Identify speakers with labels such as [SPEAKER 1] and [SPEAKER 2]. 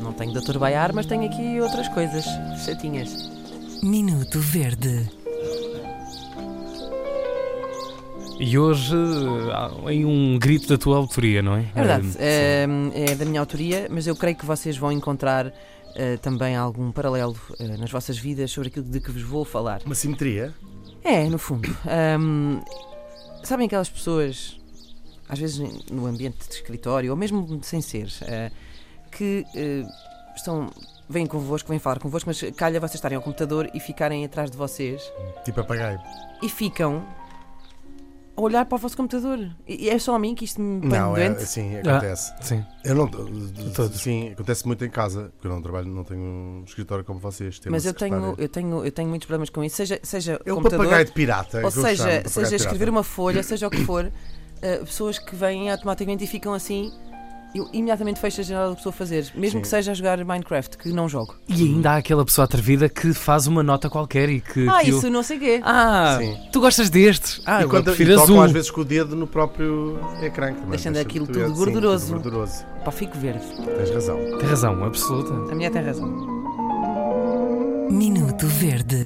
[SPEAKER 1] Não tenho de aturbaiar, mas tenho aqui outras coisas chatinhas.
[SPEAKER 2] Minuto Verde.
[SPEAKER 3] E hoje há- em um grito da tua autoria, não é?
[SPEAKER 1] É verdade,
[SPEAKER 3] Hum,
[SPEAKER 1] hum, é, da minha autoria, mas eu creio que vocês vão encontrar eh, também algum paralelo eh, nas vossas vidas sobre aquilo de que vos vou falar.
[SPEAKER 4] Uma simetria?
[SPEAKER 1] É, no fundo. Hum, sabem aquelas pessoas, às vezes no ambiente de escritório, ou mesmo sem ser, eh, que eh, estão. Vêm convosco, vêm falar convosco, mas calha vocês estarem ao computador e ficarem atrás de vocês
[SPEAKER 4] Tipo apagaio.
[SPEAKER 1] e ficam a olhar para o vosso computador. E e é só a mim que isto me põe
[SPEAKER 4] Não, é,
[SPEAKER 1] doente.
[SPEAKER 3] Ah.
[SPEAKER 4] assim acontece.
[SPEAKER 3] Sim.
[SPEAKER 4] Eu não. Sim, acontece muito em casa, porque eu não trabalho, não tenho um escritório como vocês. Tenho
[SPEAKER 1] mas
[SPEAKER 4] uma
[SPEAKER 1] eu tenho,
[SPEAKER 4] secretária.
[SPEAKER 1] eu, tenho, eu tenho muitos problemas com isso, seja, seja
[SPEAKER 4] É o
[SPEAKER 1] computador.
[SPEAKER 4] papagaio de pirata.
[SPEAKER 1] Ou
[SPEAKER 4] um
[SPEAKER 1] seja, seja escrever uma folha, seja o que for, eh, pessoas que vêm automaticamente e ficam assim, eu imediatamente fecho a janela da pessoa a fazer, mesmo
[SPEAKER 4] Sim.
[SPEAKER 1] que seja a jogar Minecraft, que não jogo.
[SPEAKER 3] E ainda há aquela pessoa atrevida que faz uma nota qualquer e que.
[SPEAKER 1] ah,
[SPEAKER 3] que eu-
[SPEAKER 1] isso não sei quê.
[SPEAKER 3] Ah,
[SPEAKER 4] Sim.
[SPEAKER 3] tu gostas destes? Ah,
[SPEAKER 4] e
[SPEAKER 3] eu
[SPEAKER 4] quando,
[SPEAKER 3] prefiro
[SPEAKER 4] e tocam
[SPEAKER 3] azul.
[SPEAKER 4] às vezes com o dedo no próprio ecrã. que também
[SPEAKER 1] Deixando
[SPEAKER 4] deixa
[SPEAKER 1] aquilo
[SPEAKER 4] muito
[SPEAKER 1] tudo
[SPEAKER 4] verde. Sim,
[SPEAKER 1] gorduroso.
[SPEAKER 4] tudo gorduroso.
[SPEAKER 1] Ah, Pá, fico verde.
[SPEAKER 4] Tens razão.
[SPEAKER 3] Tem razão, absoluta.
[SPEAKER 1] A minha tem razão.
[SPEAKER 2] Minuto Verde.